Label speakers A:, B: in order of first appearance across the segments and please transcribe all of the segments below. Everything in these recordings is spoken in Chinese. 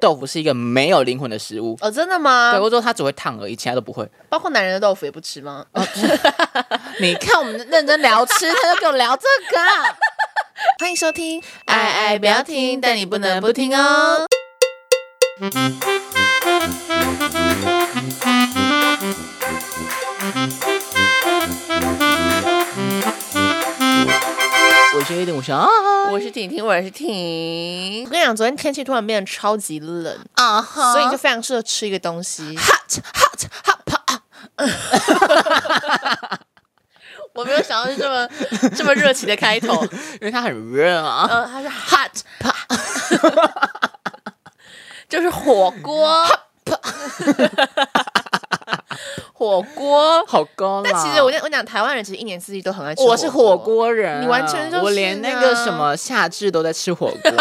A: 豆腐是一个没有灵魂的食物。
B: 哦，真的吗
A: 对，？我说它只会烫而已，其他都不会。
B: 包括男人的豆腐也不吃吗？
A: 你看我们认真聊 吃，他就跟我聊这个啊。
B: 欢迎收听，爱爱不要听，但你不能不听哦。
A: 我先一点，我想啊
B: 我是婷婷，我是婷。哦我跟你讲，昨天天气突然变得超级冷，
A: 啊哈
B: 所以就非常适合吃一个东西。
A: hot hot hot hot。
B: 我没有想到是这 么这么热情的开头。
A: 因 为它很热啊。
B: 呃，它是 hot，就是火锅， 火锅。
A: 好高啦！
B: 但其实我跟我讲，台湾人其实一年四季都很爱吃。
A: 我是火，锅人，
B: 你完全就是啊
A: 我连那个什么夏至都在吃火锅，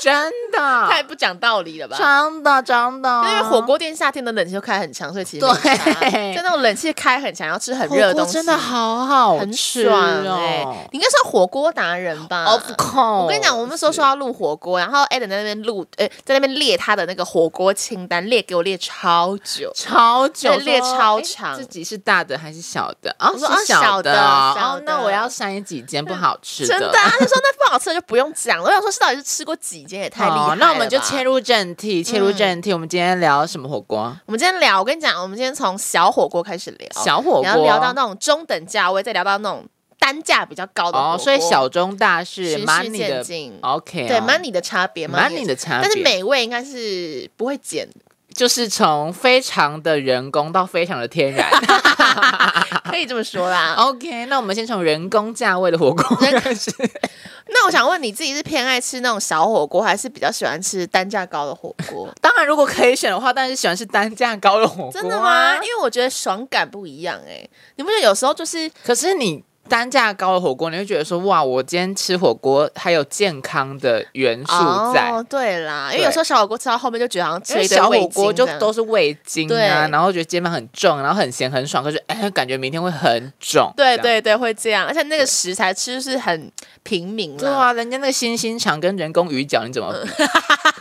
A: 真的，
B: 太不讲道理了吧？
A: 真的真的，
B: 因为火锅店夏天的冷气就开很强，所以其实没
A: 对
B: 差在那种冷气开很强，要吃很
A: 火
B: 热的
A: 锅
B: 东西，
A: 真的好好
B: 很
A: 吃
B: 爽哎、
A: 哦。
B: 你应该算火锅达人吧
A: Of course，
B: 我跟你讲，我们说说要录火锅，然后 Adam 在那边录，呃，在那边列他的那个火锅清单，列给我列超久。
A: 超久
B: 对列
A: 说
B: 超
A: 哎
B: 长
A: 自己是大的还是小的？啊，
B: 我说
A: 是
B: 啊小
A: 的
B: 的
A: 哦，
B: 小
A: 哦那我
B: 的
A: 要删几间不好吃
B: 真的、啊，他就说那不好吃的就不用讲了。我想说，是到底是吃过几间也太厉害了吧、
A: 哦那我们就切
B: 入。
A: 入正题，切入正题。我们今天聊什么火锅？
B: 我们今天聊，我跟你讲，我们今天从小火锅开始聊，
A: 小火锅，
B: 然后聊到那种中等价位，再聊到那种单价比较高的火锅。
A: 哦，所以小中大是
B: 循序
A: money
B: 渐
A: 的
B: 进
A: ，OK，
B: 对
A: 哦
B: money 的差别
A: money
B: 的
A: 的差别，
B: 但是美味应该是不会减，
A: 就是从非常的人工到非常的天然。
B: 可以这么说 啦。
A: OK，那我们先从人工价位的火锅开始。？
B: 那我想问你自己是偏爱吃那种小火锅，还是比较喜欢吃单价高的火锅
A: 当然，如果可以选的话，当然是喜欢吃单价高的火锅、啊
B: 真的吗？因？为我觉得爽感不一样哎、你不觉得有时候就是
A: 可是你单价高的火锅，你会觉得说哇，我今天吃火锅还有健康的元素在。
B: 哦，对啦，因为有时候小火锅吃到后面就觉得好像
A: 因
B: 吃了
A: 为小
B: 一堆味
A: 火
B: 精
A: 锅就
B: 这样
A: 都是味精
B: 对
A: 啊，然后觉得肩膀很重，然后很咸很爽，可是哎，感觉明天会很肿。
B: 对
A: 这样
B: 对对会这样，而且那个食材吃就是很平民啦，
A: 对啊，人家那个星星肠跟人工鱼饺，你怎 么比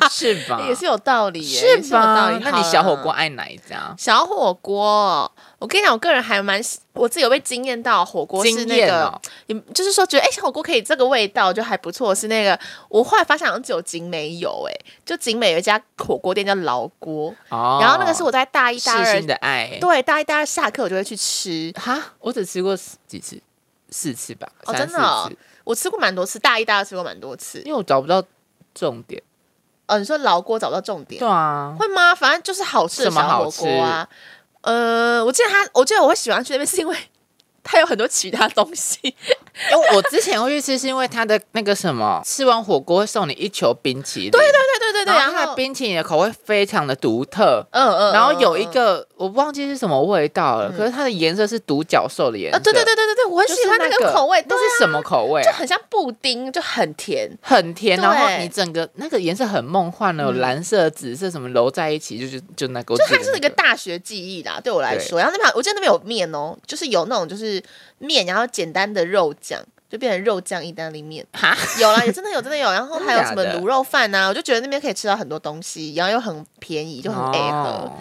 A: 是吧？
B: 也是有道理耶、也
A: 是
B: 有道
A: 吧
B: 理？
A: 那你小火
B: 好啦
A: 锅爱哪一家？
B: 小火锅，我跟你讲，我个人还蛮喜，我自己有被惊艳到火锅是
A: 惊
B: 那
A: 艳
B: 个，
A: 哦！
B: 你就是说觉得哎、小火锅可以这个味道就还不错，是那个我后来发现好像只有景美有哎、就景美有一家火锅店叫老锅，
A: 哦
B: 然后那个是我在大一大
A: 世
B: 二
A: 新的爱。
B: 对大一大二下课我就会去吃，
A: 哈，我只吃过四几次，四次吧，
B: 哦
A: 三
B: 真的哦
A: 四次
B: 我吃过蛮多次，大一大二吃过蛮多次。
A: 因为我找不到重点。
B: 哦，你说老锅找不到重点
A: 对，啊，
B: 会吗？反正就是好吃的
A: 什么
B: 小
A: 好
B: 火锅啊。呃，我记得他，我记得我会喜欢去那边 是因为它有很多其他东西。
A: 因为我之前会去吃，是因为它的那个什么，吃完火锅会送你一球冰淇淋，对对
B: 对对对对，
A: 然后
B: 然
A: 它
B: 后
A: 的冰淇淋的口味非常的独特。
B: 嗯嗯，
A: 然后有一
B: 嗯
A: 个我忘记是什么味道了，可是它的颜色是独角兽的颜
B: 啊，
A: 色。
B: 嗯对对对对对对，我很
A: 就是
B: 喜欢那个口味，
A: 那
B: 对啊
A: 是什么口味
B: 就
A: 啊？
B: 很像布丁，就很甜。
A: 很甜，
B: 对嗯
A: 然后你整个那个颜色很梦幻哦，有蓝色、紫色什么揉在一起，就是就那个。
B: 就
A: 我
B: 它
A: 记
B: 是
A: 得
B: 一个大学记忆啦，对我来说。然后那边好我记得那边有面哦，就是有那种就是面，然后简单的肉酱。就变成肉酱意大利面，
A: 哈，
B: 有啦，也真的有，真的有。然后
A: 真的
B: 还有什么
A: 假的
B: 卤肉饭呐、啊，我就觉得那边可以吃到很多东西，然后又很便宜，就很爱喝。
A: 哦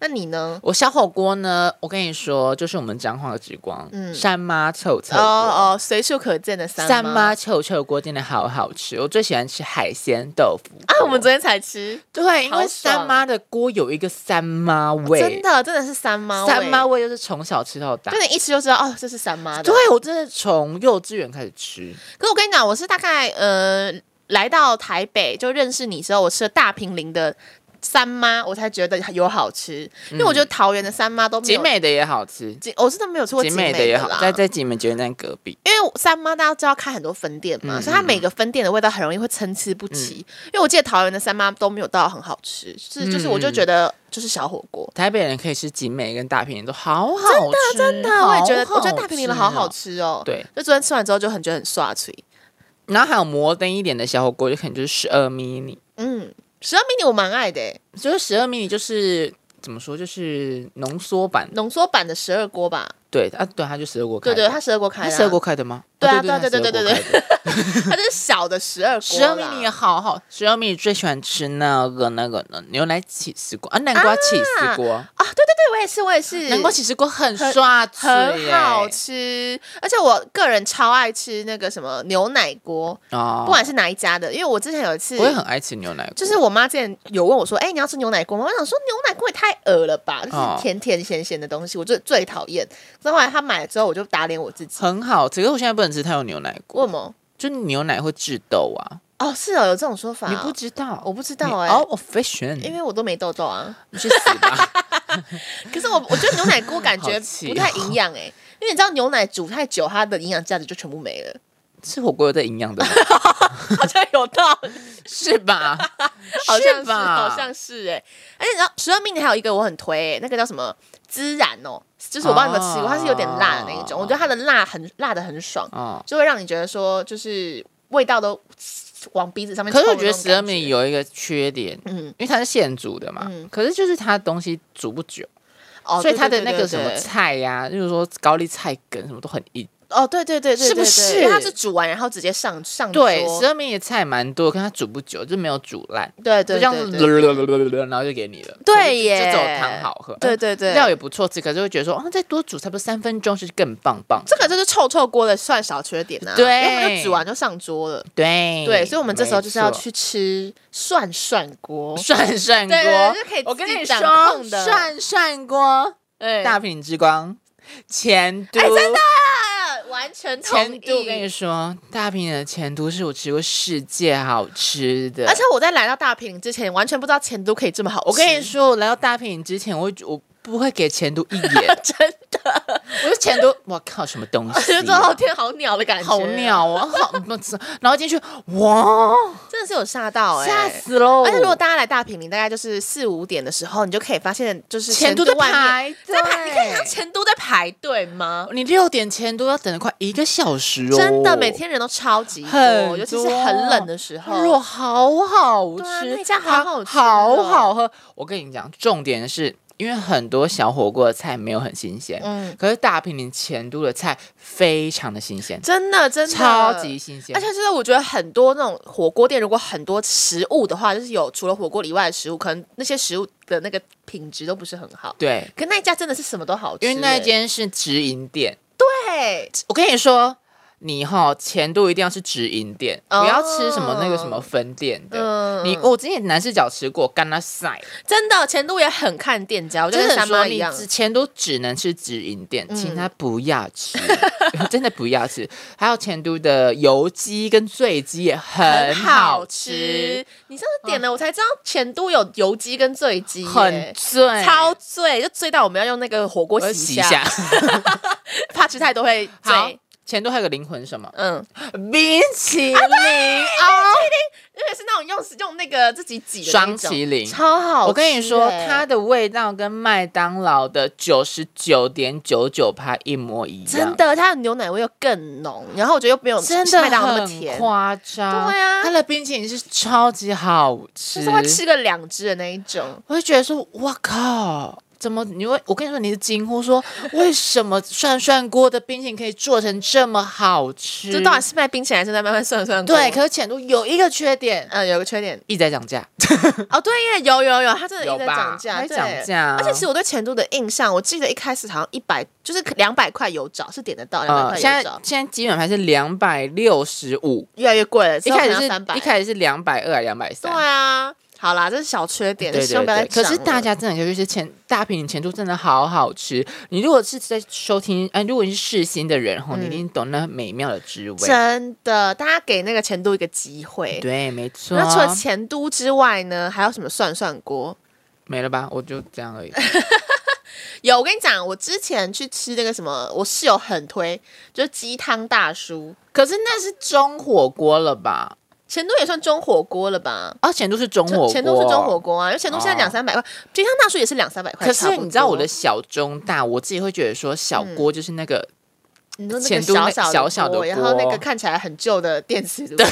B: 那你呢？
A: 我小火锅呢，我跟你说，就是我们彰化的之光，
B: 嗯
A: 山妈臭臭
B: 哦
A: 锅。
B: 哦，随处可见的三
A: 三
B: 妈
A: 妈臭臭锅真的好好吃，我最喜欢吃海鲜豆腐
B: 啊，
A: 锅
B: 我们昨天才吃，
A: 对，因
B: 好
A: 为
B: 爽
A: 三妈的锅有一个三妈味，
B: 真的真的是三妈味，
A: 三妈味就是从小吃到大
B: 就。你一吃就知道哦，这是三妈的。
A: 对，我真的从幼稚园开始吃，
B: 可是我跟你讲，我是大概呃来到台北就认识你之后，我吃了大平林的三妈，我才觉得有好吃，
A: 嗯
B: 因为我觉得桃园的三妈都没
A: 景
B: 有。
A: 美的也好吃，
B: 景我真的没有吃过
A: 景
B: 景
A: 美
B: 美
A: 的也好
B: 啦，，
A: 在在景美捷运站隔壁。
B: 因为三妈大家知道开很多分店嘛，
A: 嗯
B: 所以它每个分店的味道很容易会参差不齐。因为我记得桃园的三妈都没有到很好吃，就是
A: 嗯
B: 就是我就觉得就是小火锅，
A: 台北人可以吃景美跟大平林都好好吃，啊真的真
B: 那我也觉得我觉得大平林的好好。吃哦。
A: 对，
B: 就昨天吃完之后就很觉得很刷嘴。
A: 然后还有摩登一点的小火锅，就可能就是十二 mini，
B: 嗯，十二 mini 我蛮爱的欸，
A: 就是十二 mini 就是怎么说，就是浓缩版。
B: 浓缩版的十二锅吧。
A: 对啊，对，它就十二锅开
B: 对
A: 的。
B: 对，它十二锅
A: 它
B: 开的、
A: 十二锅，开的吗？哦
B: 对啊
A: 对
B: 对对对对
A: 对，
B: 它就是小的十二啊锅
A: 十
B: 啦，
A: 二迷你也好好，十二迷你最喜欢吃那个那个呢牛奶起司锅啊，南瓜起司锅，
B: 啊，对对对，我也是，我也是，
A: 南瓜起司锅很刷嘴
B: 很
A: 耶
B: 好吃，而且我个人超爱吃那个什么牛奶锅，
A: 哦
B: 不管是哪一家的，因为我之前有一次
A: 我。也很爱吃牛奶锅，
B: 就是我妈之前有问我说：“哎、你要吃牛奶锅吗？”我想说牛奶锅也太恶了吧，就是甜甜咸咸的东西，我就最讨厌。所以后来她买了之后，我就打脸我自己。
A: 很好吃，可是我现在不能吃太有牛奶
B: 为
A: 锅
B: 什，么？
A: 就牛奶会致痘啊，
B: 哦，是哦，有这种说法、
A: 你不？知道，
B: 我不知道哎、
A: 你 out of fashion，
B: 因为我都没痘痘啊。
A: 你去死吧，
B: 可是我我觉得牛奶锅感觉
A: 好气哦
B: 不太营养哎、因为你知道牛奶煮太久，它的营养价值就全部 没了，
A: 吃火锅有在营养的吗，
B: 好像有道理。
A: 是吧？
B: 好像是，
A: 吧？
B: 好像是哎、而且你知道，十二命里还有一个我很推、欸，那个叫什么孜然哦、就是我不知道你有没有吃过，它是有点辣的那一种，
A: 哦
B: 我觉得它的辣很辣的很爽，
A: 哦。
B: 就会让你觉得说就是味道都往鼻子上面
A: 可
B: 冲
A: 是
B: 的
A: 我
B: 那种
A: 觉
B: 感觉。
A: 得十二米有一个缺点，
B: 嗯
A: 因为它是现煮的嘛，
B: 嗯
A: 可是就是它东西煮不久，
B: 哦，
A: 所以它
B: 它
A: 的那个什么菜呀、就是说高丽菜梗什么都很硬。
B: 哦，对对对对，
A: 是不
B: 对对
A: 是
B: 因为它是煮完然后直接上上桌
A: 对，十二米的菜蛮多，可是它煮不久，就没有煮烂，
B: 对
A: 就
B: 对
A: 这样子，
B: 对对
A: 然后就给你了。
B: 对
A: 可是就
B: 耶
A: 就只有汤好喝，
B: 对对对，
A: 料也不错吃，可是会觉得说，哦，再多煮差不多三分钟是更棒棒的。
B: 这个就是臭臭锅的算小缺点啊，
A: 对
B: 因为我们就煮完就上桌了。
A: 对
B: 对，所以我们这时候就是要
A: 没错
B: 去吃涮涮锅。
A: 涮涮锅，
B: 对对对就可以
A: 我跟
B: 自己
A: 你
B: 掌
A: 说
B: 控，的
A: 涮涮锅，
B: 对
A: 大平之光，前都，
B: 哎真的完全同
A: 前都，我跟
B: 意
A: 你。说，大平的前都是我吃过世界好吃的，
B: 而且我在来到大平之前，完全不知道前都可以这么好吃。，
A: 我跟你，说，我来到大平之前，我会我不会给前都一眼
B: 真
A: 我就前都， 我靠，什么东
B: 的
A: 西
B: 觉
A: 啊、
B: 得好天好鸟的感觉，
A: 好，鸟啊！好，然后进去，哇，
B: 真的是有吓到哎、
A: 吓死喽！
B: 而且如果大家来大平林，大概就是四五点的时候，你就可以发现，就是
A: 前都
B: 都
A: 在
B: 外面
A: 排队，
B: 在排，你可以看前都在排队吗？
A: 你六点前都要等了快一个小时哦，
B: 真的，每天人都超级
A: 很
B: 多，
A: 多
B: 尤其是很冷的时候。
A: 肉好好
B: 对啊
A: 吃，
B: 那家好
A: 它
B: 好吃
A: 好
B: 哦
A: 好喝。我跟你讲，重点是因为很多小火锅的菜没有很新鲜，
B: 嗯，
A: 可是大平林前都的菜非常的新鲜，
B: 真的真的
A: 超级新鲜，
B: 而且就是我觉得很多那种火锅店，如果很多食物的话，就是有除了火锅以外的食物，可能那些食物的那个品质都不是很好。
A: 对，
B: 可那一家真的是什么都好吃、
A: 因为那
B: 欸
A: 一间是直营店，
B: 对
A: 我跟你说。你哈、前都一定要是直营店，
B: 哦
A: 不要吃什么那个什么分店的。
B: 嗯
A: 你我之前南市角吃过干拉塞，
B: 真的前都也很看店家，我就
A: 真
B: 跟
A: 的
B: 三妈
A: 说
B: 一
A: 你
B: 样，
A: 之前都只能吃直营店，
B: 嗯
A: 请他不要吃，真的不要吃。还有前都的油鸡跟醉鸡也很好
B: 好
A: 吃，。
B: 你上次点了，我才知道前都有油鸡跟醉鸡、
A: 很
B: 欸。
A: 醉，
B: 超醉，就醉到我们要用那个火锅
A: 我要
B: 洗
A: 洗一下。
B: 怕吃太多会
A: 好
B: 醉。，
A: 前都还有个灵魂什么
B: 嗯，
A: 冰淇淋哦，
B: 而且是那种用用那个自己挤的那
A: 双
B: 种
A: 麒麟。
B: 超好吃欸。
A: 我跟你说，它的味道跟麦当劳的九十九点九九趴一模一样，
B: 真的，它的牛奶味又更浓，然后我觉得又没有
A: 真的
B: 麦当劳那么
A: 很
B: 甜，
A: 夸张，
B: 对啊
A: 它的冰淇淋是超级好吃，
B: 就是会吃个两只的那一种。
A: 我就觉得说，哇靠，怎么你会？我跟你说，你是惊呼说，为什么涮涮锅的冰淇淋可以做成这么好吃？
B: 就到底是卖冰淇淋还是在慢慢涮涮锅？
A: 对，可是浅度有一个缺点，
B: 嗯，有个缺点
A: 一直在涨价，
B: 哦，对耶，有有有，它真的一
A: 有
B: 直在
A: 吧
B: 涨价，
A: 它
B: 对
A: 涨价啊
B: 而且其实我对前都的印象，我记得一开始好像一百，就是两百块有找是点得到，两百
A: 呃，
B: 块
A: 现
B: 有
A: 在
B: 找，
A: 现在基本盘是两百六十五，
B: 越来越贵了，
A: 一开始是
B: 三百
A: 一，开始是两百二、两百
B: 对
A: 三。
B: 啊，好啦，这是小缺点，
A: 对
B: 希望
A: 对
B: 不要再
A: 对，可
B: 涨
A: 是
B: 了
A: 大家真的尤其是前大平，你前度真的好好吃。你如果是在收听，哎、如果你是世新的人
B: 嗯
A: 吼，你一定懂那美妙的滋味。
B: 真的，大家给那个前都一个机会。
A: 对，啊没错。
B: 那除了前都之外呢，还有什么涮涮锅？
A: 没了吧？我就这样而已。
B: 有，我跟你讲，我之前去吃那个什么，我室友很推，就是鸡汤大叔，
A: 可是那是中火锅了吧？
B: 前都也算中火锅了吧？
A: 啊，前都是中火锅，
B: 前都是中火。锅啊，因为前都现在
A: 哦
B: 两三百块，鸡汤大叔也是两三百块。
A: 可是
B: 差不多嗯
A: 你知道我的，小中大，我自己会觉得说小锅就是那个、
B: 你说那
A: 前
B: 个
A: 都那
B: 小小
A: 小小的
B: 锅然后那
A: 锅
B: 个看起来很旧的电磁炉，
A: 对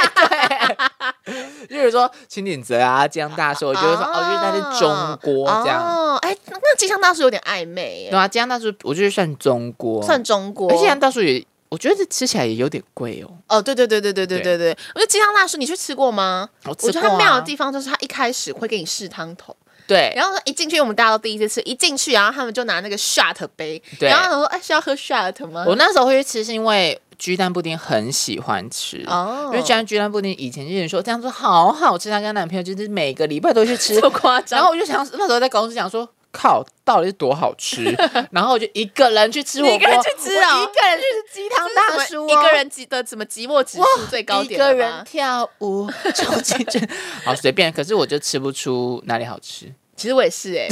A: 对对，就是说秦鼎泽啊、江大叔，我就会说
B: 啊
A: 哦，就是那是中锅这样。啊
B: 哦，哎，那那鸡汤大叔有点暧昧耶
A: 对，啊，江大叔我就是算中锅，
B: 算中锅，
A: 而且江大叔也我觉得这吃起来也有点贵哦。
B: 哦，对对对对对对对对，我觉得鸡汤辣是你去吃过吗？
A: 我吃
B: 我觉得它
A: 过啊
B: 妙的地方就是它一开始会给你试汤头，
A: 对，
B: 然后一进去我们大家都第一次吃，一进去然后他们就拿那个 shot 杯，
A: 对
B: 然后他说哎是要喝 shot 吗？
A: 我那时候会去吃是因为鸡蛋布丁很喜欢吃。
B: 哦
A: 因为姜鸡蛋布丁以前就有人说这样做好好吃，她跟她男朋友就是每个礼拜都去吃
B: 这，么夸张，
A: 然后我就想那时候在公司讲说。靠，到底是多好吃？ 然后我就一个人去吃火
B: 你
A: 锅，
B: 一个人去吃啊
A: 我一个人去 吃鸡汤大
B: 这是什
A: 叔、
B: 么
A: 哦，
B: 一个人级的怎么寂寞指数最高
A: 一
B: 点
A: 个
B: 了
A: 人
B: 吧？
A: 跳舞，超级 真，好随便。可是我就吃不出哪里好吃。
B: 其实我也 是哎、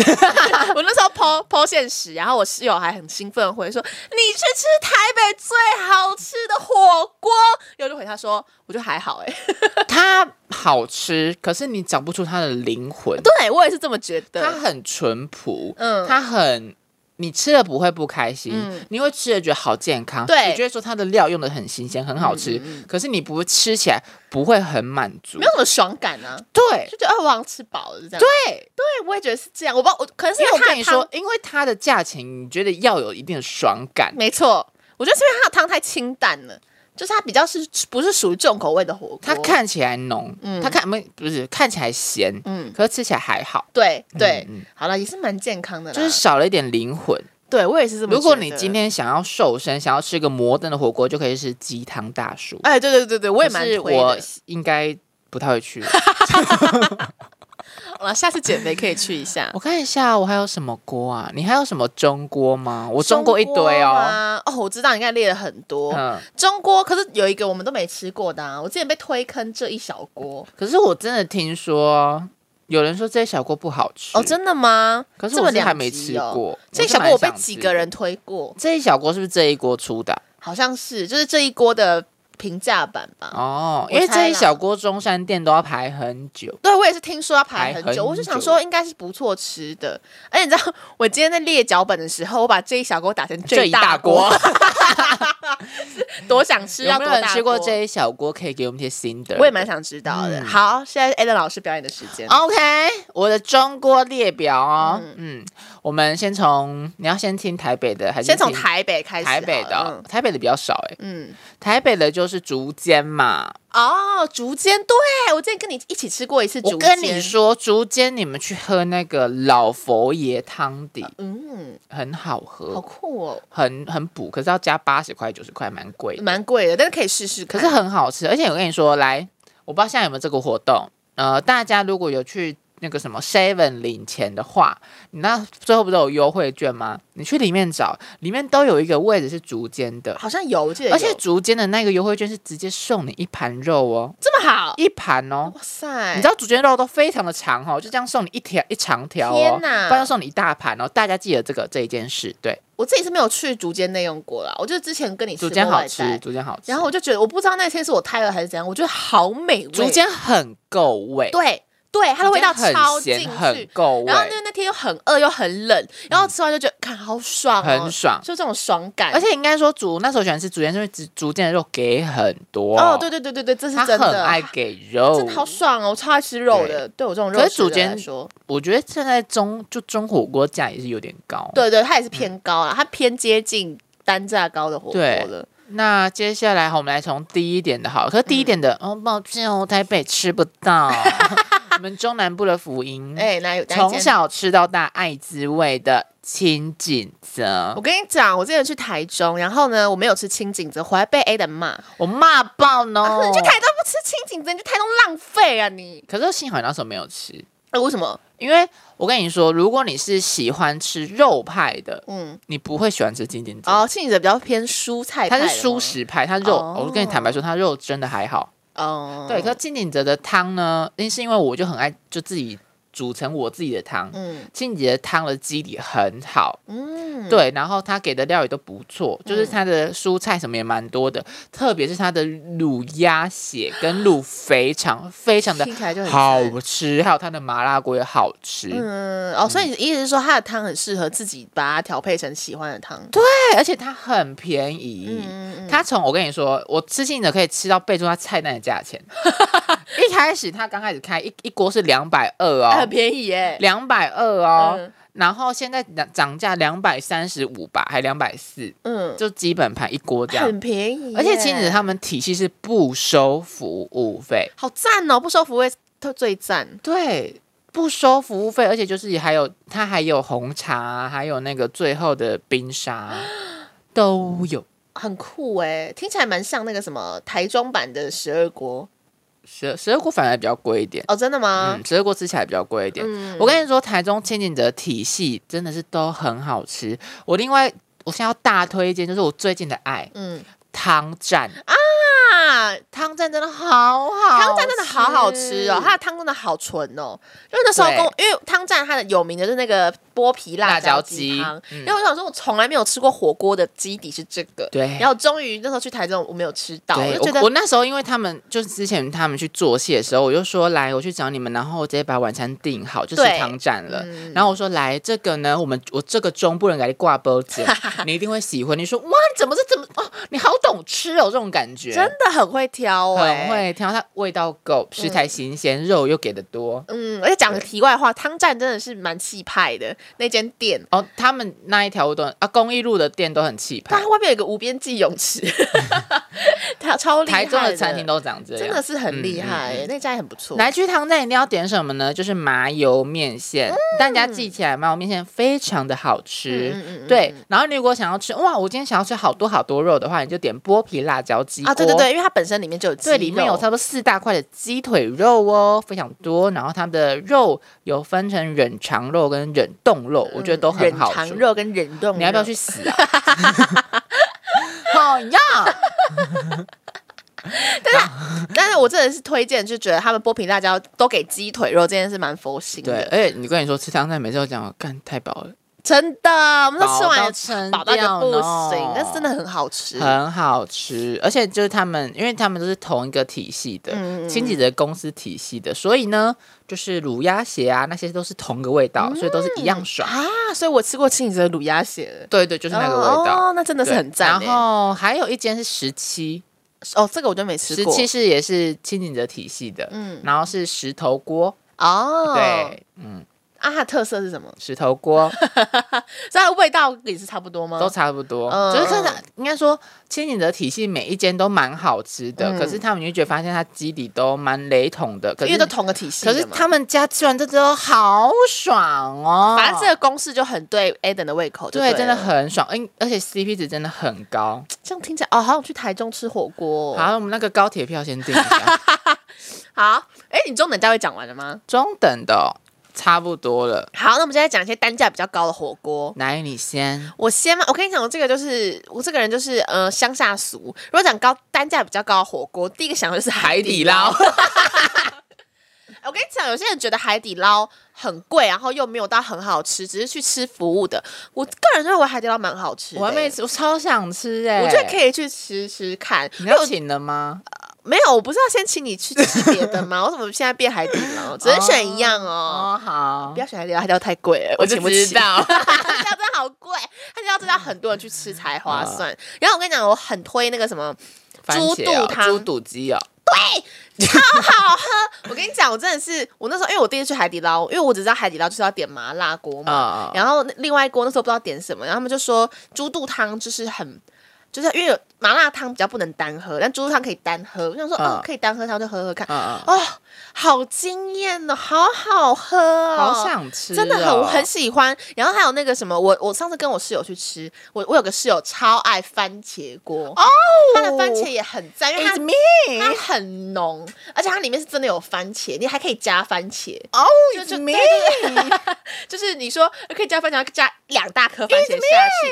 B: 我那时候剖剖现实，然后我室友还很兴奋地回说：“你去吃台北最好吃的火锅。”然后我就回他说：“我就还好哎、
A: 它好吃，可是你找不出它的灵魂。
B: 对我也是这么觉
A: 它
B: 得。
A: 很淳朴，
B: 嗯
A: 它很。你吃了不会不开心，
B: 嗯
A: 你会吃了觉得好健康，
B: 对嗯
A: 你就会说它的料用的很新鲜，很好吃。可是你不吃起来不会很满足
B: 没，有什么爽感啊，
A: 对
B: 就觉得哦，我好像吃饱了这样。
A: 对。
B: 对，我也觉得是这样。我不知道，我可能是
A: 因
B: 因
A: 为
B: 为
A: 我
B: 它
A: 跟
B: 的
A: 你
B: 汤
A: 说，，因为它的价钱，你觉得要有一定的爽感，
B: 没错，我觉得是因为它的汤太清淡了，就是它比较是不是属于重口味的火锅。
A: 它看起来浓，它看不不是看起来咸，
B: 嗯
A: 可是吃起来还好，
B: 对对，
A: 嗯嗯
B: 好了，也是蛮健康的啦。
A: 就是少了一点灵魂。
B: 对我也啊是这么觉得。
A: 如果你今天想要瘦身，想要吃个摩登的火锅，就可以是鸡汤大叔。
B: 哎，对对对对，我也
A: 可
B: 蛮
A: 是
B: 推
A: 我
B: 的。
A: 应该不太会去。
B: 好了，下次减肥可以去一下。
A: 我看一下我还有什么锅啊？你还有什么中锅吗？我中锅一堆哦。
B: 啊哦，我知道你刚才列了很多、
A: 嗯，
B: 中锅，可是有一个我们都没吃过的啊，我之前被推坑这一小锅。
A: 可是我真的听说有人说这小锅不好吃
B: 哦，真的吗？
A: 可是
B: 这
A: 我
B: 么
A: 是
B: 两
A: 还没
B: 集
A: 吃
B: 哦
A: 过。
B: 这一
A: 是
B: 小锅
A: 蛮
B: 我被
A: 想
B: 几
A: 吃
B: 个
A: 的
B: 人推过，
A: 这一小锅是不是这一锅出的啊？
B: 好像是就是这一锅的平价版吧。
A: 哦，
B: 我
A: 因为
B: 猜
A: 这
B: 啦
A: 一小锅中山店都要排很久。
B: 对，我也是听说要排
A: 排
B: 很久，
A: 很
B: 我就想
A: 久
B: 说应该是不错吃的。而且你知道，我今天在列脚本的时候，我把这一小锅打成
A: 这
B: 一
A: 一大
B: 锅
A: 锅，
B: 多想吃，要
A: 有没
B: 多
A: 有人
B: 大
A: 吃过
B: 锅
A: 这一小锅？可以给我们一些心得。
B: 我也蛮想知道的。
A: 嗯哦
B: 好，现在 a d a 老师表演的时间。
A: OK，我的中锅列表哦。嗯我们先从你要先听台北的，还是
B: 先从
A: 听
B: 台北开始好了。
A: 台北的哦、
B: 嗯
A: 台北的比较少哎、
B: 嗯，
A: 台北的就是竹间嘛。
B: 哦，竹间，对我之前跟你一起吃过一次
A: 我
B: 竹间。
A: 跟你，说，竹间你们去喝那个老佛爷汤底，
B: 嗯，
A: 很好
B: 好
A: 喝，
B: 酷哦，
A: 很很补，可是要加八十块、九十块，蛮贵的，
B: 蛮贵的，但是可以试试
A: 可
B: 看。
A: 是很好吃。而且我跟你说，来，我不知道现在有没有这个活动，呃，大家如果有去。那个什么 Seven 领钱的话，你那最后不是有优惠券吗？你去里面找，里面都有一个位置是竹间的，
B: 好像有，我记得有，
A: 而且竹间的那个优惠券是直接送你一盘肉哦。
B: 这么好，
A: 一盘哦。
B: 哇塞！
A: 你知道竹间肉都非常的长哦，就这样送你一条一长条哦，
B: 天哪
A: 不然就送你一大盘哦。大家记得这个这一件事，对，
B: 我自己是没有去竹间内用过啦，我就之前跟你吃
A: 竹间
B: 过
A: 好
B: 外
A: 吃，
B: 带
A: 竹间好吃。
B: 然后我就觉得，我不知道那天是我太饿还是怎样，我觉得好美味。
A: 竹间很够味，
B: 对对，它的味道
A: 竹间
B: 超
A: 很
B: 进
A: 咸，很
B: 去。
A: 够味
B: 然，后因为那天又很饿又很冷，然后吃完就觉得，看好嗯爽哦，
A: 很爽。
B: 就这种爽感。
A: 而且应该说竹那时候喜欢吃竹间，是因为竹竹间的肉给很多
B: 哦，对，对对对对，这是
A: 他
B: 真的，
A: 很爱给肉，
B: 真的好爽哦！我超爱吃肉的，对我这种肉
A: 可是
B: 食
A: 主
B: 人来
A: 间
B: 说，
A: 我觉得现在中就中火锅价也是有点高。
B: 对对，它也是偏高啦，它偏接近单价高的火锅
A: 对
B: 了。
A: 那接下来好我们来从第一点的好了，可是第一点的、
B: 嗯
A: 哦，抱歉哦，台北吃不 到，我们中南部的福音，
B: 哎，哪有哪一
A: 从
B: 间
A: 小吃到大爱滋味的清景泽
B: 我，跟你讲，我之前去台中，然后呢，我没有吃青景泽，回来被 A 的骂，
A: 我骂爆呢、
B: 啊你去台东不吃青景泽，你去台东浪费啊你！
A: 可是幸好你那时候没有吃，
B: 哎，为什么？
A: 因为我跟你说，如果你是喜欢吃肉派的，
B: 嗯，
A: 你不会喜欢吃清景泽。
B: 哦，青景泽比较偏蔬菜
A: 它
B: 派的
A: 是
B: 吗，
A: 蔬食派，它肉，
B: 哦
A: 我跟你坦白说，它肉真的还好。
B: 哦，
A: 对，可是清景泽的汤呢，那是因为我就很爱，就自己煮成我自己的汤。
B: 嗯
A: 清姐的汤的基底很好，
B: 嗯，
A: 对，然后她给的料理都不错，就是她的蔬菜什么也蛮多的，特别是她的卤鸭血跟卤肥肠非常的
B: 听起来就很赞
A: 好吃，还有她的麻辣锅也好吃，
B: 嗯，哦，所以你的意思是说，它的汤很适合自己把它调配成喜欢的汤。对，
A: 对，而且它很便宜。
B: 嗯嗯
A: 她从我跟你说，我吃清者可以吃到备注她菜单的价 钱。一开始她刚开始开一一锅是两百二
B: 嗯
A: 哦
B: 很，便宜耶。
A: 两百二哦，
B: 嗯
A: 然后现在涨涨价两百三十五吧，还两百四，
B: 嗯，
A: 就基本盘一锅这样。
B: 很便宜耶，
A: 而且亲子他们体系是不收服务费，
B: 好赞哦，不收服务特最赞，
A: 对，不收服务费，而且就是还有它还有红茶啊，还有那个最后的冰沙 啊都有。
B: 很酷哎，听起来蛮像那个什么台中版的十二国
A: 十二十二锅反而比较贵一点，
B: 哦，真的吗
A: 嗯，？十二锅吃起来比较贵一点。
B: 嗯
A: 我跟你说，台中千景的体系真的是都很好吃。我另外我现在要大推荐，就是我最近的爱
B: 嗯
A: 汤站，
B: 啊，
A: 汤站真的好好，
B: 汤站真的好好吃哦，它的汤真的好纯哦。因为那时候跟我，因为汤站它的有名的是那个剥皮辣椒鸡
A: 辣
B: 汤
A: 椒鸡，嗯
B: 因为我想说，我从来没有吃过火锅的基底是这个。
A: 对
B: 然后终于那时候去台中，我没有吃到，我
A: 对，
B: 就觉
A: 我
B: 得
A: 我那时候因为他们就是之前他们去做戏的时候，我就说来我去找你们，然后我直接把晚餐订好，就是
B: 对
A: 汤站了。
B: 嗯
A: 然后我说来这个呢，我们我这个中部人给你挂包 子，你一定会喜欢。你说哇，你怎么这怎么哦，你好懂吃哦，这种感觉
B: 真的很会挑，
A: 很
B: 哎，。
A: 会挑，它味道够，食材新鲜，肉又给的多。
B: 嗯，而且讲个
A: 对
B: 题外话，汤站真的是蛮气派的那间店，
A: 哦，他们那一条路都很啊，公益路的店都很气
B: 但
A: 派
B: 它，外面有一个无边际泳 池，它超厉害
A: 台中的餐厅都长这
B: 真
A: 样
B: 的。是很厉
A: 嗯
B: 害
A: 嗯
B: 耶，那家也很不错。
A: 来去汤站一定要点什么呢？就是麻油面线，大家记起来，麻油面线非常的好吃。
B: 嗯嗯嗯嗯
A: 对，然后你如果想要吃，哇，我今天想要吃好多好多肉的话，你就点剥皮辣椒鸡
B: 啊，对
A: 锅
B: 对对，因为它本身里面就有鸡
A: 对，里面有
B: 肉
A: 差不多四大块的鸡腿肉哦，非常多。然后他们的肉有分成忍肠肉跟忍冻肉，我觉得都很好
B: 忍
A: 吃
B: 肠。肉跟忍冻，
A: 你要不要去？死 啊？好呀，
B: 但是我真的是推荐，就觉得他们剥皮辣椒都给鸡腿肉这件事蛮佛心
A: 对，
B: 的，
A: 而且你跟你说吃汤菜，每次都讲干太饱了，
B: 真的，我们都吃完
A: 饱到
B: 了
A: 撑
B: 饱到一个
A: 掉
B: 不
A: 呢
B: 行，但是真的很好吃。
A: 很好吃，而且就是他们，因为他们都是同一个体系的，
B: 嗯嗯嗯
A: 亲子的公司体系的，所以呢，就是卤鸭血啊那些都是同个味道，所以都是一样爽。
B: 嗯啊，所以我吃过亲子的卤鸭血了，
A: 对对，就是那个味道，
B: 哦，那真的
A: 对
B: 是很赞耶。
A: 然后还有一间是十七，
B: 哦，这个我就没吃
A: 十
B: 过。
A: 七是也是亲子的体系的，
B: 嗯，
A: 然后是石头锅，
B: 哦，，
A: 对，嗯，
B: 啊，它的特色是什么？
A: 石头 锅
B: 所以它的味道也是差不多吗？
A: 都差不多，
B: 嗯
A: 就是看它应该说亲子的体系每一间都蛮好吃的，
B: 嗯
A: 可是他们你会觉得发现它基底都蛮雷同的，可
B: 因
A: 是
B: 为都同个体系
A: 可
B: 的
A: 是
B: 嘛
A: 他们家吃完这都好爽哦，
B: 反正这个公式就很对 Aden 的胃口就
A: 对
B: 了
A: 真的很爽，嗯，而且 CP 值真的很高。
B: 这样听起来哦，好想去台中吃火锅、哦。
A: 好，我们那个高铁票先订一 下，
B: 好，哎，你中等价位讲完了吗？
A: 中等的、哦、差不多了。
B: 好，那我们现在讲一些单价比较高的火锅。
A: 来，你先。
B: 我先嘛，我跟你讲，我这个就是我这个人就是呃乡下俗。如果讲高单价比较高的火锅，第一个想的就是海底捞。
A: 海
B: 我跟你讲，有些人觉得海底捞很贵，然后又没有到很好吃，只是去吃服务的。我个人认为海底捞蛮好吃的
A: 我还没，吃，我超想吃哎、
B: 我觉得可以去吃吃看。
A: 你要请了吗？
B: 没有，我不是要先请你去吃别的 吗？我怎么现在变海底捞？只能选一样哦。
A: 哦，好
B: 不，要选海底捞，海底捞太贵了，我
A: 就
B: 请不
A: 知
B: 起。
A: 道
B: 海底捞真的好贵，海底捞真的要很多人去吃才划算。 然后我跟你讲，我很推那个什么，
A: 番茄哦
B: 猪肚汤
A: 猪肚鸡哦，
B: 我跟你讲，我真的是我那时候，因为我第一次去海底捞，因为我只知道海底捞就是要点麻辣锅嘛。
A: 啊、
B: 然后那另外一锅那时候不知道点什么，然后他们就说猪肚汤就是很，就是因为有麻辣汤比较不能单喝，但猪肚汤可以单喝。我想说，
A: 嗯
B: 哦，可以单喝，汤就喝喝看。
A: 嗯嗯，
B: 哦，好惊艳哦，好好喝哦，
A: 好想吃、哦，
B: 真的很我很喜欢。然后还有那个什么，我我上次跟我室友去吃，我我有个室友超爱番茄锅哦，它的番茄也很赞，因为它
A: It's me 哎
B: 它很浓，而且它里面是真的有番茄，你还可以加番茄，
A: 哦，
B: 就
A: it's
B: 就
A: me，
B: 就是你说呃可以加番茄，然后加两大颗番茄下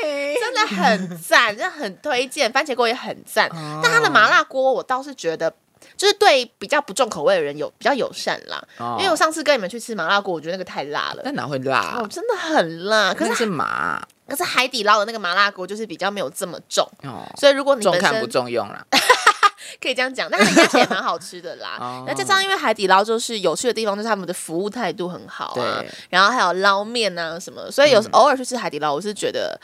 B: 去。 真的很赞， 真的很推荐，番茄锅也很赞。
A: 哦
B: 但它的麻辣锅，我倒是觉得，就是对比较不重口味的人有比较友善啦。
A: 哦
B: 因为我上次跟你们去吃麻辣锅，我觉得那个太辣了
A: 那，哪会辣、啊
B: 哦，真的很辣。可
A: 那
B: 是
A: 是麻
B: 可是海底捞的那个麻辣锅就是比较没有这么重，
A: 哦，
B: 所以如果你
A: 重
B: 本
A: 看不
B: 身
A: 重用啦。
B: 可以这样讲，但它的鸭血也蛮好吃的
A: 哦
B: 啦。那再加上因为海底捞就是有趣的地方，就是他们的服务态度很好啊
A: 对，嗯
B: 然后还有捞面啊什么，所以有时偶尔去吃海底捞，我是觉得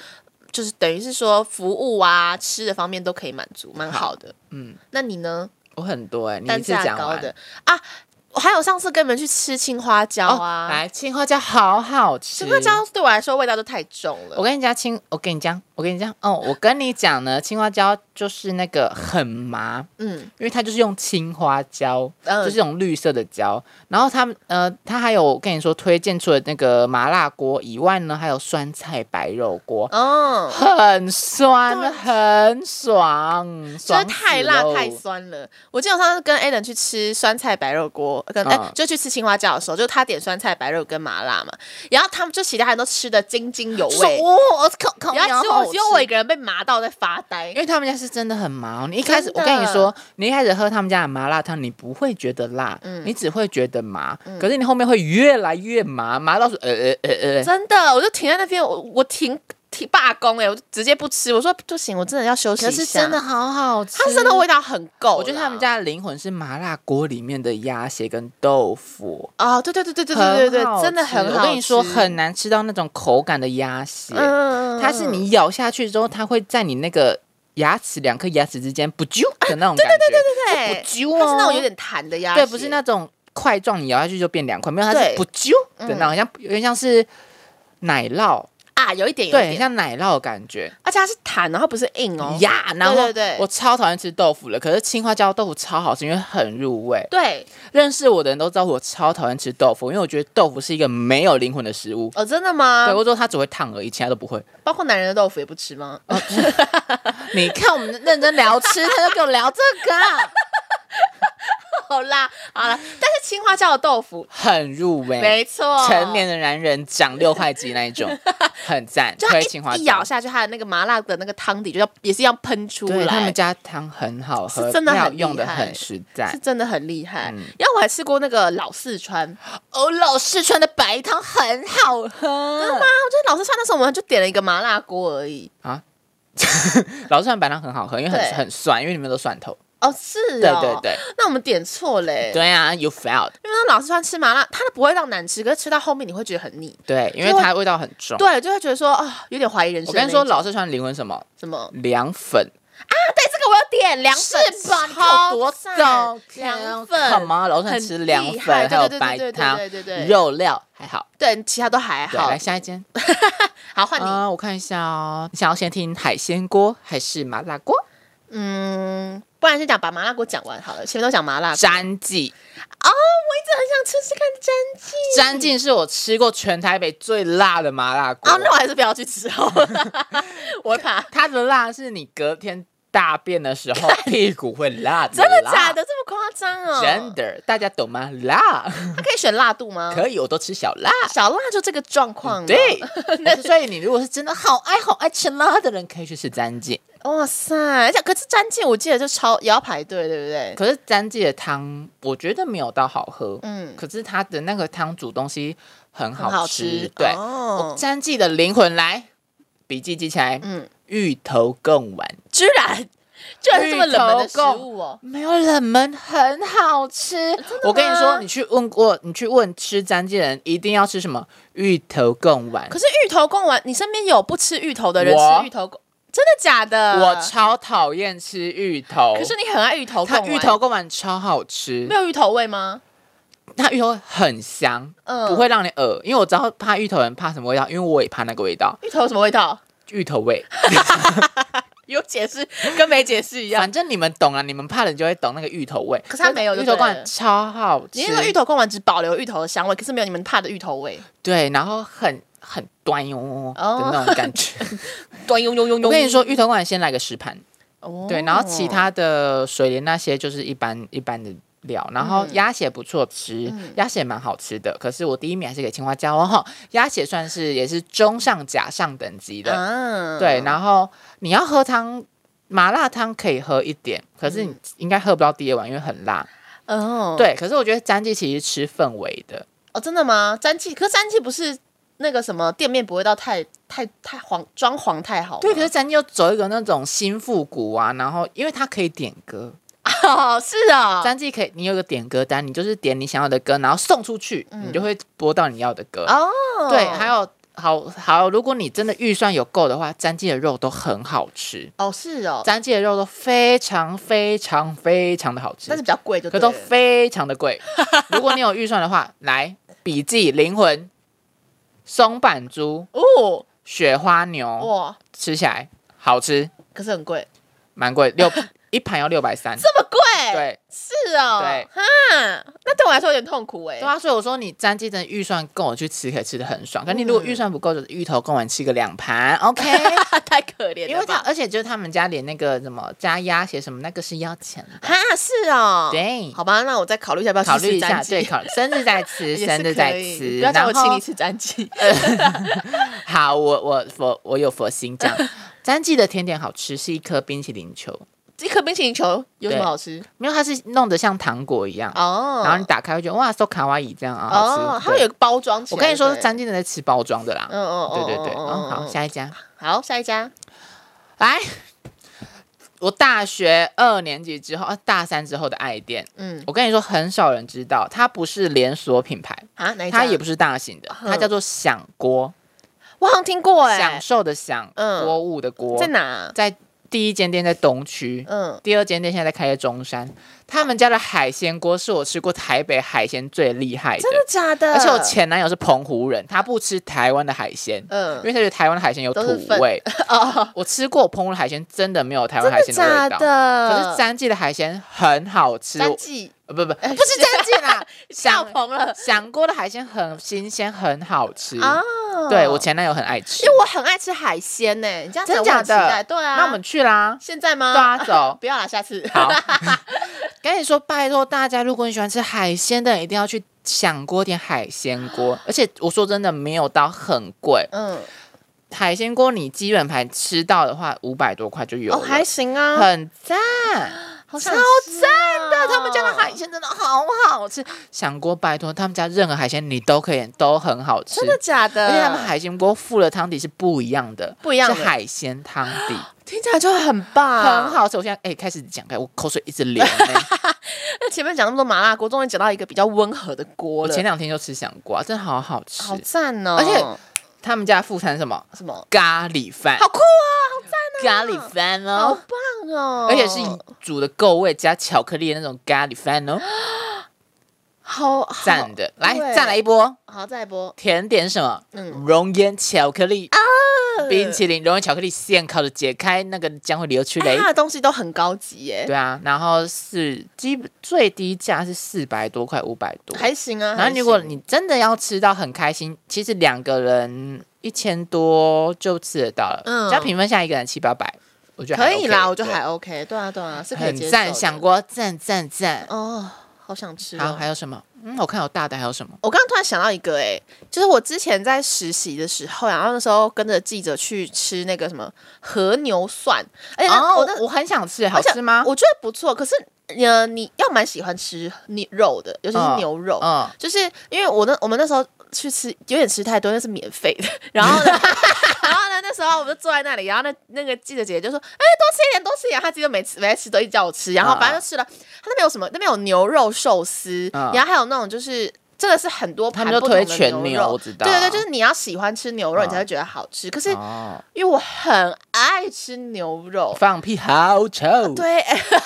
B: 就是等于是说服务啊、吃的方面都可以满足，蛮好的。
A: 嗯，
B: 那你呢？
A: 我很多哎、你一
B: 单
A: 次
B: 价
A: 讲
B: 高
A: 完
B: 的啊，我还有上次跟你们去吃青花椒
A: 哦、
B: 啊，
A: 来青花椒好好吃，
B: 青花椒对我来说味道都太重
A: 我
B: 了。
A: 跟你讲，青，我跟你讲，我跟你讲，哦，我跟你讲呢，青花椒就是那个很麻，
B: 嗯，
A: 因为它就是用青花椒，
B: 嗯
A: 就是这种绿色的椒。然后他们呃，他还有我跟你说，推荐除了那个麻辣锅以外呢，还有酸菜白肉锅，
B: 哦，
A: 很酸，
B: 对
A: 很爽，
B: 就是
A: 爽
B: 太
A: 死
B: 辣
A: 喽
B: 太酸了。我记得我上次跟 a l a n 去吃酸菜白肉锅，跟哎、
A: 嗯
B: 就去吃青花椒的时候，就他点酸菜白肉跟麻辣嘛，然后他们就其他人都吃的津津有
A: 就是
B: 味，
A: 哦，我口口
B: 然后只
A: 有
B: 有
A: 好
B: 我只有我
A: 吃
B: 一个人被麻到在发呆
A: 因。为他们家是真的很麻哦。你一开始，
B: 真
A: 我
B: 的
A: 跟你说，你一开始喝他们家的麻辣烫，你不会觉得辣，
B: 嗯
A: 你只会觉得麻。可是你后面会越来越麻，麻到说呃呃呃呃，
B: 真的，我就停在那边，我我停停罢工哎、我就直接不吃，我说不行，我真的要休息
A: 可
B: 一
A: 是
B: 下
A: 真的，好好吃，
B: 它真的味道很够啦。
A: 我觉得他们家的灵魂是麻辣锅里面的鸭血跟豆腐，
B: 哦，对对对对对对
A: 很
B: 对
A: 好吃
B: 对，真的很好吃。
A: 我跟你说，很难吃到那种口感的鸭血，
B: 嗯，嗯
A: 它是你咬下去之后，它会在你那个牙齿两颗牙齿之间不啾的那种感觉，
B: 对，它
A: 不
B: 是
A: 啾哦，
B: 那种有点弹的鸭血，
A: 对，不是那种块状，你咬下去就变两块，没有，它是
B: 对
A: 不揪的那种，像有点像是奶酪，
B: 啊，有一点，有
A: 对，
B: 一
A: 很
B: 点，
A: 像奶酪的感觉
B: 而且它是弹，然后不是硬哦，
A: 呀。然后
B: 对对
A: 我超讨厌吃豆腐了，可是青花椒豆腐超好吃，因为很入味。
B: 对，
A: 认识我的人都知道我超讨厌吃豆腐，因为我觉得豆腐是一个没有灵魂的食物。
B: 哦，真的吗
A: 对，？我说它只会烫而已，其他都不会。
B: 包括男人的豆腐也不吃吗？
A: 哦你看我们认真聊吃，他就给我聊这个啊，
B: 好啦，好啦，但是青花椒的豆腐，
A: 很入味。
B: 没错，
A: 成年的男人长六块肌那一 种，很赞，
B: 就它
A: 推
B: 一
A: 青花椒。
B: 一咬下去，它的那个麻辣的那个汤底就要也是要喷出
A: 对，他们
B: 来，
A: 家汤很好喝，
B: 是真的很
A: 料
B: 厉
A: 用的
B: 害
A: 很实
B: 是
A: 在。
B: 真的很厉害
A: 嗯。
B: 然后我还吃过那个老四川，
A: 哦，老四川的白汤很好喝，真的吗？
B: 啊，我觉得老四川那时候我们就点了一个麻辣锅而已。
A: 老四川白汤很好喝，因为很
B: 对
A: 很酸，因为里面都蒜头。
B: 哦，是
A: 对
B: 哦，
A: 对，对
B: 那我们点错嘞。
A: 对啊，you failed。
B: 因为那老四川吃麻辣，它不会让难吃，可是吃到后面你会觉得很腻，
A: 对，因为它味道很重。
B: 对，就会觉得说啊、有点怀疑人
A: 我
B: 生那
A: 跟
B: 一
A: 你
B: 种。
A: 说，老四川灵魂什么？
B: 什么？啊
A: 凉粉，
B: 对，这个我有点凉粉，
A: 是吧？你看我多
B: 赞
A: 早
B: 凉
A: 干
B: 粉。
A: 嘛？老四川
B: 很
A: 吃凉
B: 厉害
A: 粉，还有
B: 对对对
A: 白
B: 对对
A: 汤
B: 对对对、对
A: 肉料还好。
B: 对，呃其他都还
A: 对，
B: 好
A: 来。下一间
B: 好，换你。
A: 啊！我看一下哦，你想要先听海鲜锅还是麻辣锅？
B: 嗯，不然先讲把麻辣锅讲完好了，前面都讲麻辣锅。我
A: 詹记。
B: 一直很想吃吃看粘鸡。
A: 詹记是我吃过全台北最辣的麻辣锅。
B: 哦，那我还是不要去吃 好了，我会怕。
A: 它的辣是你隔天大便的时 候屁股会辣的，
B: 真的假？的？这么夸张哦？
A: 真。的，大家懂吗？辣
B: 它可以选辣度吗？
A: 可以，我都吃小辣。
B: 小辣就这个状况。。
A: 对，还是所以你如果是真的好爱好爱吃辣的人，可以去吃詹记。
B: 哇塞！而且可是詹记，我记得就超也要排队，对不对？
A: 可是詹记的汤，我觉得没有到好喝，
B: 嗯，
A: 可是它的那个汤煮东西很
B: 很
A: 好
B: 好
A: 吃
B: 吃。。
A: 对，
B: 哦，
A: 詹记的灵魂来，笔记记起来，
B: 嗯，
A: 芋头贡丸。
B: 居然 居然是这么冷门的食物哦。
A: 没有冷门，很好
B: 呃
A: 吃。我跟你说，你去问过，你去问吃詹记的人，一定要吃什么芋头贡丸。
B: 可是芋头贡丸，你身边有不吃芋头的人
A: 我
B: 吃芋头贡？真的假的？
A: 我超讨厌吃芋头，
B: 可是你很爱芋头贡
A: 它
B: 丸，
A: 芋头贡丸超好吃
B: 没，有芋头味吗？
A: 它芋头很香，
B: 嗯，
A: 不会让你恶。因为我知道怕芋头人怕什么味道，因为我也怕那个味道，
B: 芋头有什么味道？
A: 芋头味。
B: 有解释跟没解释一样。
A: 反正你们懂啊，你们怕人就会懂那个芋头味。
B: 可是它没有就
A: 芋头贡
B: 对
A: 丸
B: 了
A: 超好吃，
B: 你那个芋头贡丸只保留芋头的香味，可是没有你们怕的芋头味。
A: 对，然后很很端哟
B: 哦
A: 的那种感 觉。
B: 端庸庸庸
A: 我跟你，说，芋头罐先来个石盘，
B: 哦
A: 对，然后其他的水莲那些就是一般一般的料，然后
B: 嗯
A: 鸭血不错吃，鸭血蛮好吃的，可是我第一名还是给青花椒哦，哈鸭血算是也是中上甲上等级的，
B: 啊
A: 对，然后你要喝汤。麻辣汤可以喝一点，可是你应该喝不到第二碗，因为很辣。
B: 嗯哦，
A: 对，可是我觉得詹记其实吃氛围的，
B: 哦，真的吗？粘气，可是粘气不是那个什么店面不会到太太太黄装潢太好吗，
A: 对，可是詹记又走一个那种新复古啊，然后因为它可以点歌，
B: 哦是啊，
A: 三季可以，你有个点歌单，你就是点你想要的歌，然后送出去，你就会播到你要的歌。
B: 嗯哦
A: 对，还有好好，如果你真的预算有够的话，詹记的肉都很好吃，
B: 哦，是哦，
A: 詹记的肉都非常非常非常的好吃，
B: 但是比较贵就
A: 可
B: 对
A: 都
B: 了。
A: 非常的 贵。如果你有预算的话，来笔记灵魂松板猪、
B: 哦
A: 雪花牛，
B: 哇，
A: 吃起来好吃，
B: 可是很贵，
A: 蛮贵， 六一盘要六百三。
B: 这么贵，，
A: 对，
B: 是哦，
A: 对
B: 哈，那对我来说有点痛苦哎、
A: 对啊，所以我说你沾鸡真的预算够，我去吃可以吃的很
B: 嗯
A: 爽。可你如果预算不够，就是芋头跟我吃个两 盘，OK？
B: 太可怜了吧，
A: 因为他而且就是他们家连那个什么加鸭血什么那个是要钱的，
B: 哈是哦，，
A: 对，
B: 好吧，那我再考虑一下要不要
A: 考
B: 去
A: 虑
B: 吃
A: 一下，
B: 沾
A: 对，
B: 鸡。
A: 考生日再吃，
B: 也是
A: 生日再
B: 可以
A: 吃，
B: 不要叫我
A: 然
B: 请
A: 后
B: 你吃 沾鸡。
A: 好，我我佛我有佛心这 样。詹记的甜点好吃，是一颗冰淇淋球，
B: 这颗冰淇淋球有什么
A: 对
B: 好吃？
A: 没有它是弄得像糖果一样，
B: 哦，
A: 然后你打开会觉得哇，so 卡哇伊这样啊，好吃。
B: 哦，它
A: 对
B: 会有一个包装起
A: 我
B: 来
A: 跟你说，
B: 对
A: 詹记的在吃包装的啦。
B: 嗯嗯
A: 对
B: 嗯，
A: 对对，
B: 嗯
A: 嗯，好，下一家
B: 好，下一家
A: 来。我大学二年级之后，啊，大三之后的爱店，
B: 嗯
A: 我跟你说，很少人知道，它不是连锁品牌，
B: 啊，哪一家？
A: 它也不是大型的，它
B: 嗯
A: 叫做享锅，
B: 我好像听过哎
A: 享，受的享，
B: 嗯
A: 锅物的锅
B: 在，哪？
A: 在第一间店在东区，
B: 嗯，
A: 第二间店现在在开在中山，他们家的海鲜锅是我吃过台北海鲜最厉害的
B: 真，的假的？
A: 而且我前男友是澎湖人，他不吃台湾的海鲜，因
B: 嗯
A: 为他觉得台湾的海鲜有土
B: 都是粪
A: 味。
B: 哦，
A: 我吃过澎湖的海鲜，真的没有台湾
B: 真
A: 海
B: 的
A: 鲜味
B: 假
A: 道。
B: 的？
A: 可是詹记的海鲜很好吃，
B: 詹
A: 我
B: 记
A: 呃不不不
B: 哎
A: 是詹记啦，
B: 笑
A: 想
B: 棚了
A: 想锅的海鲜很新鲜，很好吃。
B: 啊！
A: 嗯对我前男友很爱吃
B: 因，为我很爱吃海鲜呢，你这样
A: 真
B: 讲我
A: 假
B: 很期
A: 的
B: 待。对啊，
A: 那我们去啦。
B: 现在吗？
A: 对啊， 走。
B: 不要啦，下次。
A: 好，跟你说，拜托大家，如果你喜欢吃海鲜的，一定要去想锅点海鲜锅。而且我说真的，没有到很贵，
B: 嗯，
A: 海鲜锅你基本盘吃到的话，五百多块就有了，
B: 哦，还行啊，
A: 很啊赞。
B: 好
A: 超
B: 超赞的，
A: 他们家的海鲜真的好好吃，想锅拜托他们家任何海鲜你都可以，都很好吃
B: 真。的假的？
A: 而且他们海鲜锅附的汤底是不一样的，
B: 不一样的啊
A: 是海鲜汤底，
B: 听起来就很棒，
A: 很。好吃。我现在哎、开始讲开，我口水一直 流、欸。
B: 那前面讲那么多麻辣锅，终于讲到一个比较温和的锅
A: 我
B: 了，
A: 前两天就吃香瓜，真的好好吃。
B: 好赞哦！
A: 而且他们家副餐什么
B: 什么？
A: 咖喱饭，
B: 好酷啊，
A: 咖喱饭
B: 好
A: 哦，
B: 棒哦！
A: 而且是煮的够味加巧克力的那种咖喱饭哦，
B: 好
A: 赞的。来，
B: 对
A: 再来一波
B: 好，好再一波。
A: 甜点什么？
B: 嗯啊
A: 熔岩巧克力冰淇淋，熔岩巧克力现烤的，解开那个浆会流出来
B: 哎。它的东西都很高级耶，
A: 对啊，然后是基本最低价是四百多块，五百多。
B: 还行啊。
A: 然
B: 还
A: 后如果
B: 行
A: 你真的要吃到很开心，其实两个人一千多就吃得到了，
B: 嗯
A: 只要平分下一个人七八百，我觉得还
B: 可以啦，
A: OK，
B: 我觉得
A: 对
B: 还 OK。对啊，对啊，是可以接
A: 很
B: 受的。
A: 赞，想过赞赞赞。
B: 哦，好想吃哦。
A: 好，还有什么？嗯，我看有大的还有什么？
B: 我刚刚突然想到一个、欸，就是我之前在实习的时候，然后那时候跟着记者去吃那个什么和牛蒜，而且哎那
A: 哦
B: 我那，
A: 我很想吃，好
B: 而且
A: 吃吗？
B: 我觉得不错，可是呃，你要蛮喜欢吃牛肉的，尤其是
A: 嗯
B: 牛肉，
A: 嗯，
B: 就是因为我那我们那时候去吃有点吃太多，那是免费 的，然后呢。 然后呢？那时候我们就坐在那里，然后那那个记者姐姐就说：“哎、多吃一点，多吃一点。”她自己就没吃，没吃，都一直叫我吃。然后
A: 嗯
B: 反正就吃了。她那边有什么？那边有牛肉寿司，
A: 嗯
B: 然后还有那种就是真的是很多
A: 他们
B: 盘
A: 都
B: 不同的
A: 推全
B: 牛
A: 牛
B: 肉
A: 我知道
B: 对对对，就是你要喜欢吃牛肉，
A: 嗯
B: 你才会觉得好吃。可是
A: 哦，
B: 因为我很爱吃牛肉，
A: 放屁，好臭。
B: 对，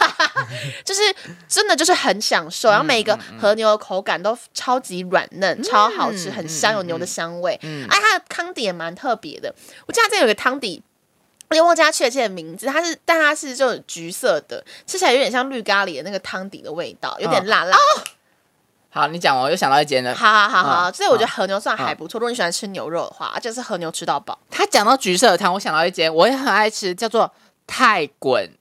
B: 就是真的就是很享受，然后每一
A: 嗯
B: 个和牛的口感都超级软嫩，超好吃，很香，
A: 嗯
B: 有牛的香味。
A: 嗯
B: 哎，它的汤底也蛮特别的，我记得它这有个汤底。我有点忘记它确切的名字，它是，但它是这种橘色的，吃起来有点像绿咖喱的那个汤底的味道，有点
A: 嗯
B: 辣辣。
A: 好，你讲完我又想到一间了。
B: 好好好好，
A: 嗯
B: 所以我觉得
A: 嗯
B: 和牛算还不错。如果你喜欢吃牛肉的话，而且是和牛吃到饱，
A: 他讲到橘色的汤，我想到一间我也很爱吃，叫做泰滚。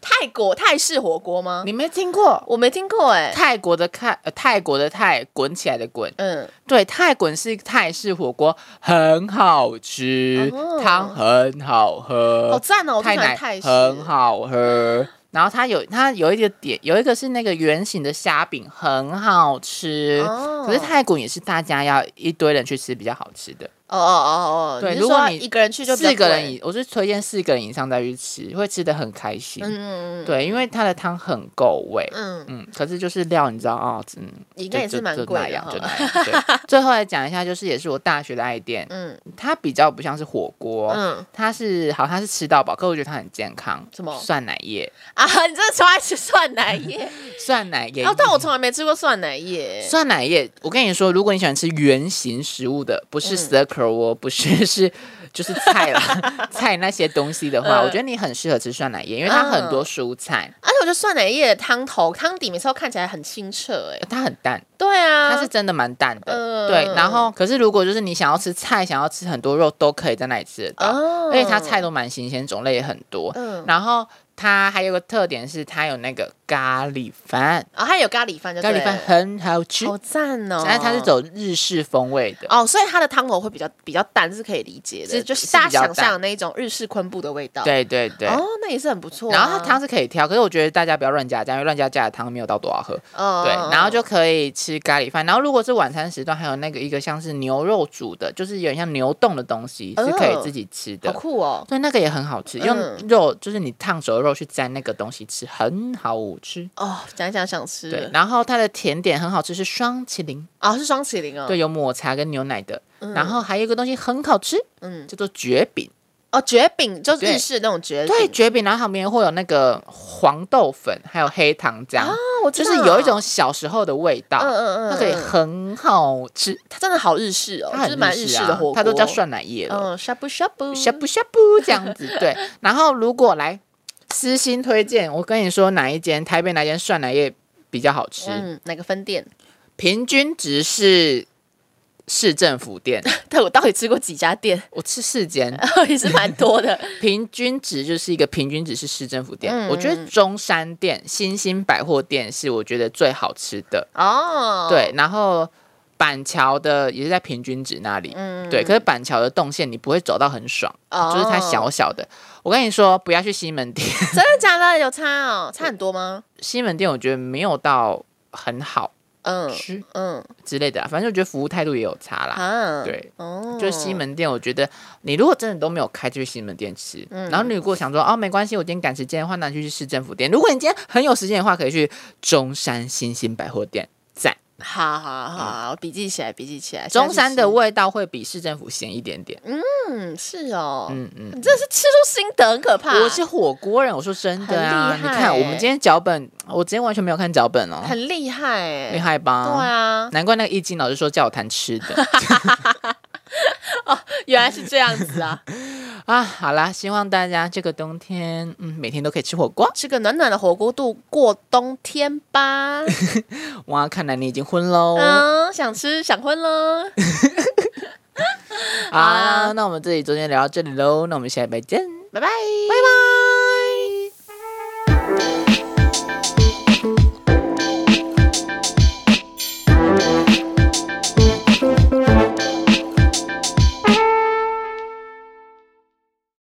B: 泰国泰式火锅吗？
A: 你没听过？
B: 我没听过哎、
A: 泰国的泰，呃泰国的泰，滚起来的滚。
B: 嗯，
A: 对，泰滚是泰式火锅，很好吃，
B: 哦
A: 汤很好
B: 好
A: 喝，
B: 赞哦，我
A: 呃泰
B: 最喜欢
A: 奶
B: 泰式。
A: 很好喝。然后它有它有一个点，有一个是那个圆形的虾饼，很好吃。
B: 哦
A: 可是泰滚也是大家要一堆人去吃比较好吃的。
B: 哦哦哦哦，
A: 对
B: 是
A: 如果
B: 说
A: 你
B: 一个人去就比较
A: 四个人
B: 贵
A: 以，我是推荐四个人以上再去吃，会吃的很开心。
B: 嗯嗯嗯
A: 对，因为它的汤很够味。
B: 嗯，
A: 嗯，可是就是料，你知道哦，嗯，
B: 应
A: 就
B: 该也是
A: 就
B: 蛮
A: 就
B: 贵
A: 那
B: 的
A: 样，就
B: 哈。
A: 那样。 对，最后来讲一下，就是也是我大学的爱店，
B: 嗯
A: 它比较不像是火锅，
B: 嗯
A: 它是好像是吃到饱，可我觉得它很健康。
B: 什么
A: 蒜奶液，
B: 啊，你真的超爱吃蒜 奶液
A: 蒜奶液。
B: 哦，但我从来没吃过蒜奶液。
A: 蒜奶液，我跟你说，如果你喜欢吃圆形食物的，不是
B: 嗯
A: circle 哦，不是是就是菜啦 菜那些东西的话，
B: 嗯
A: 我觉得你很适合吃蒜奶液，因为它很多蔬菜，
B: 而且我觉得蒜奶液的汤头、汤底每次都看起来很清澈，哎，
A: 呃它很淡，
B: 对啊，
A: 它是真的蛮淡的。
B: 嗯
A: 对，然后可是如果就是你想要吃菜，想要吃很多肉，都可以在那里吃得到，
B: 哦，
A: 而且它菜都蛮新鲜，种类也很多。
B: 嗯，
A: 然后它还有个特点是，它有那个咖喱饭，
B: 哦，还有咖喱饭就
A: 咖
B: 对了，
A: 喱饭很好吃，
B: 好赞哦，
A: 但是它是走日式风味的。
B: 哦，所以它的汤头会比较比较淡，是可以理解的，
A: 是
B: 就是
A: 比
B: 大
A: 较
B: 家想
A: 淡
B: 象的那一种日式昆布的味道，，
A: 对对对，
B: 哦，那也是很不错啊。
A: 然后它汤是可以挑，可是我觉得大家不要乱加酱，因为乱加酱的汤没有到多少喝。
B: 嗯，
A: 对，
B: 嗯
A: 然后就
B: 嗯
A: 可以吃咖喱饭。然后如果是晚餐时段，还有那个一个像是牛肉煮的，就是有点像牛冻的东西，
B: 哦
A: 是可以自己吃
B: 好
A: 的。
B: 酷哦，
A: 对，那个也很好吃，用
B: 嗯
A: 肉就是你烫熟的肉去沾那个东西吃，很好吃。
B: 哦，讲一讲想吃
A: 对
B: 了，，
A: 然后它的甜点很好吃，是双麒麟，
B: 哦，是双麒麟哦，
A: 对，有抹茶跟牛奶的。
B: 嗯，
A: 然后还有一个东西很好吃，
B: 嗯，
A: 叫做蕨饼。
B: 哦，绝饼就是
A: 对
B: 日式那种绝饼，
A: 对，蕨饼，然后旁边会有那个黄豆粉，还有黑糖浆。
B: 啊，我知
A: 就
B: 道
A: 是有一种小时候的味道，
B: 嗯嗯嗯，
A: 那个也
B: 嗯
A: 很好吃，
B: 它真的好日式哦，
A: 它
B: 就
A: 很
B: 是蛮
A: 日
B: 日式
A: 啊
B: 的火锅，
A: 它都叫蒜奶液了，
B: 嗯，shabu shabu
A: 呷不呷 不这样子。对，然后如果来私心推荐，我跟你说哪一间台北哪间蒜奶液比较好吃，
B: 嗯，哪个分店？
A: 平均值是市政府店，
B: 对我到底吃过几家店，
A: 我吃四间，
B: 也是蛮多 的。
A: 平均值就是一个平均值是市政府店，
B: 嗯
A: 我觉得中山店、新兴百货店是我觉得最好吃的，
B: 哦，
A: 对，，然后板桥的也是在平均值那里，
B: 嗯
A: 对，可是板桥的动线你不会走到很爽，就是它小，
B: 哦
A: 小的。我跟你说，不要去西门店，
B: 真的假的？有差 哦，差很多吗？
A: 西门店我觉得没有到很好
B: 嗯
A: 吃
B: 嗯
A: 之类的啦，反正我觉得服务态度也有差啦。
B: 啊，，
A: 对，
B: 哦，
A: 就是西，门店，我觉得你如果真的都没有开，就去西门店吃。
B: 嗯
A: 然后你如果想说哦没关系，我今天赶时间的话，那你就去市政府店。如果你今天很有时间的话，可以去中山新兴百货店。赞，
B: 好好好，我笔记起来，笔记起来。
A: 嗯中山
B: 下
A: 的
B: 次吃，
A: 味道会比市政府咸一点点。
B: 嗯，是哦，
A: 嗯嗯。
B: 你真的是吃出心得，很可怕。
A: 我是火锅人，我说真的啊！
B: 很厉
A: 你
B: 害
A: 看，我们
B: 欸
A: 今天脚本，我今天完全没有看脚本哦，
B: 很厉害哎，
A: 厉害吧？
B: 对啊，
A: 难怪那个易经老师说叫我谈吃 的
B: 原来是这样子啊，
A: 啊！好啦，希望大家这个冬天，嗯，每天都可以吃火锅。
B: 吃个暖暖的火锅度过冬天吧。
A: 哇，看来你已经昏喽。
B: 嗯，想吃想昏 了，
A: 啊好啦，那我们这里昨天聊到这里喽，那我们下礼拜见，
B: 拜
A: 拜
B: 拜。
A: 拜。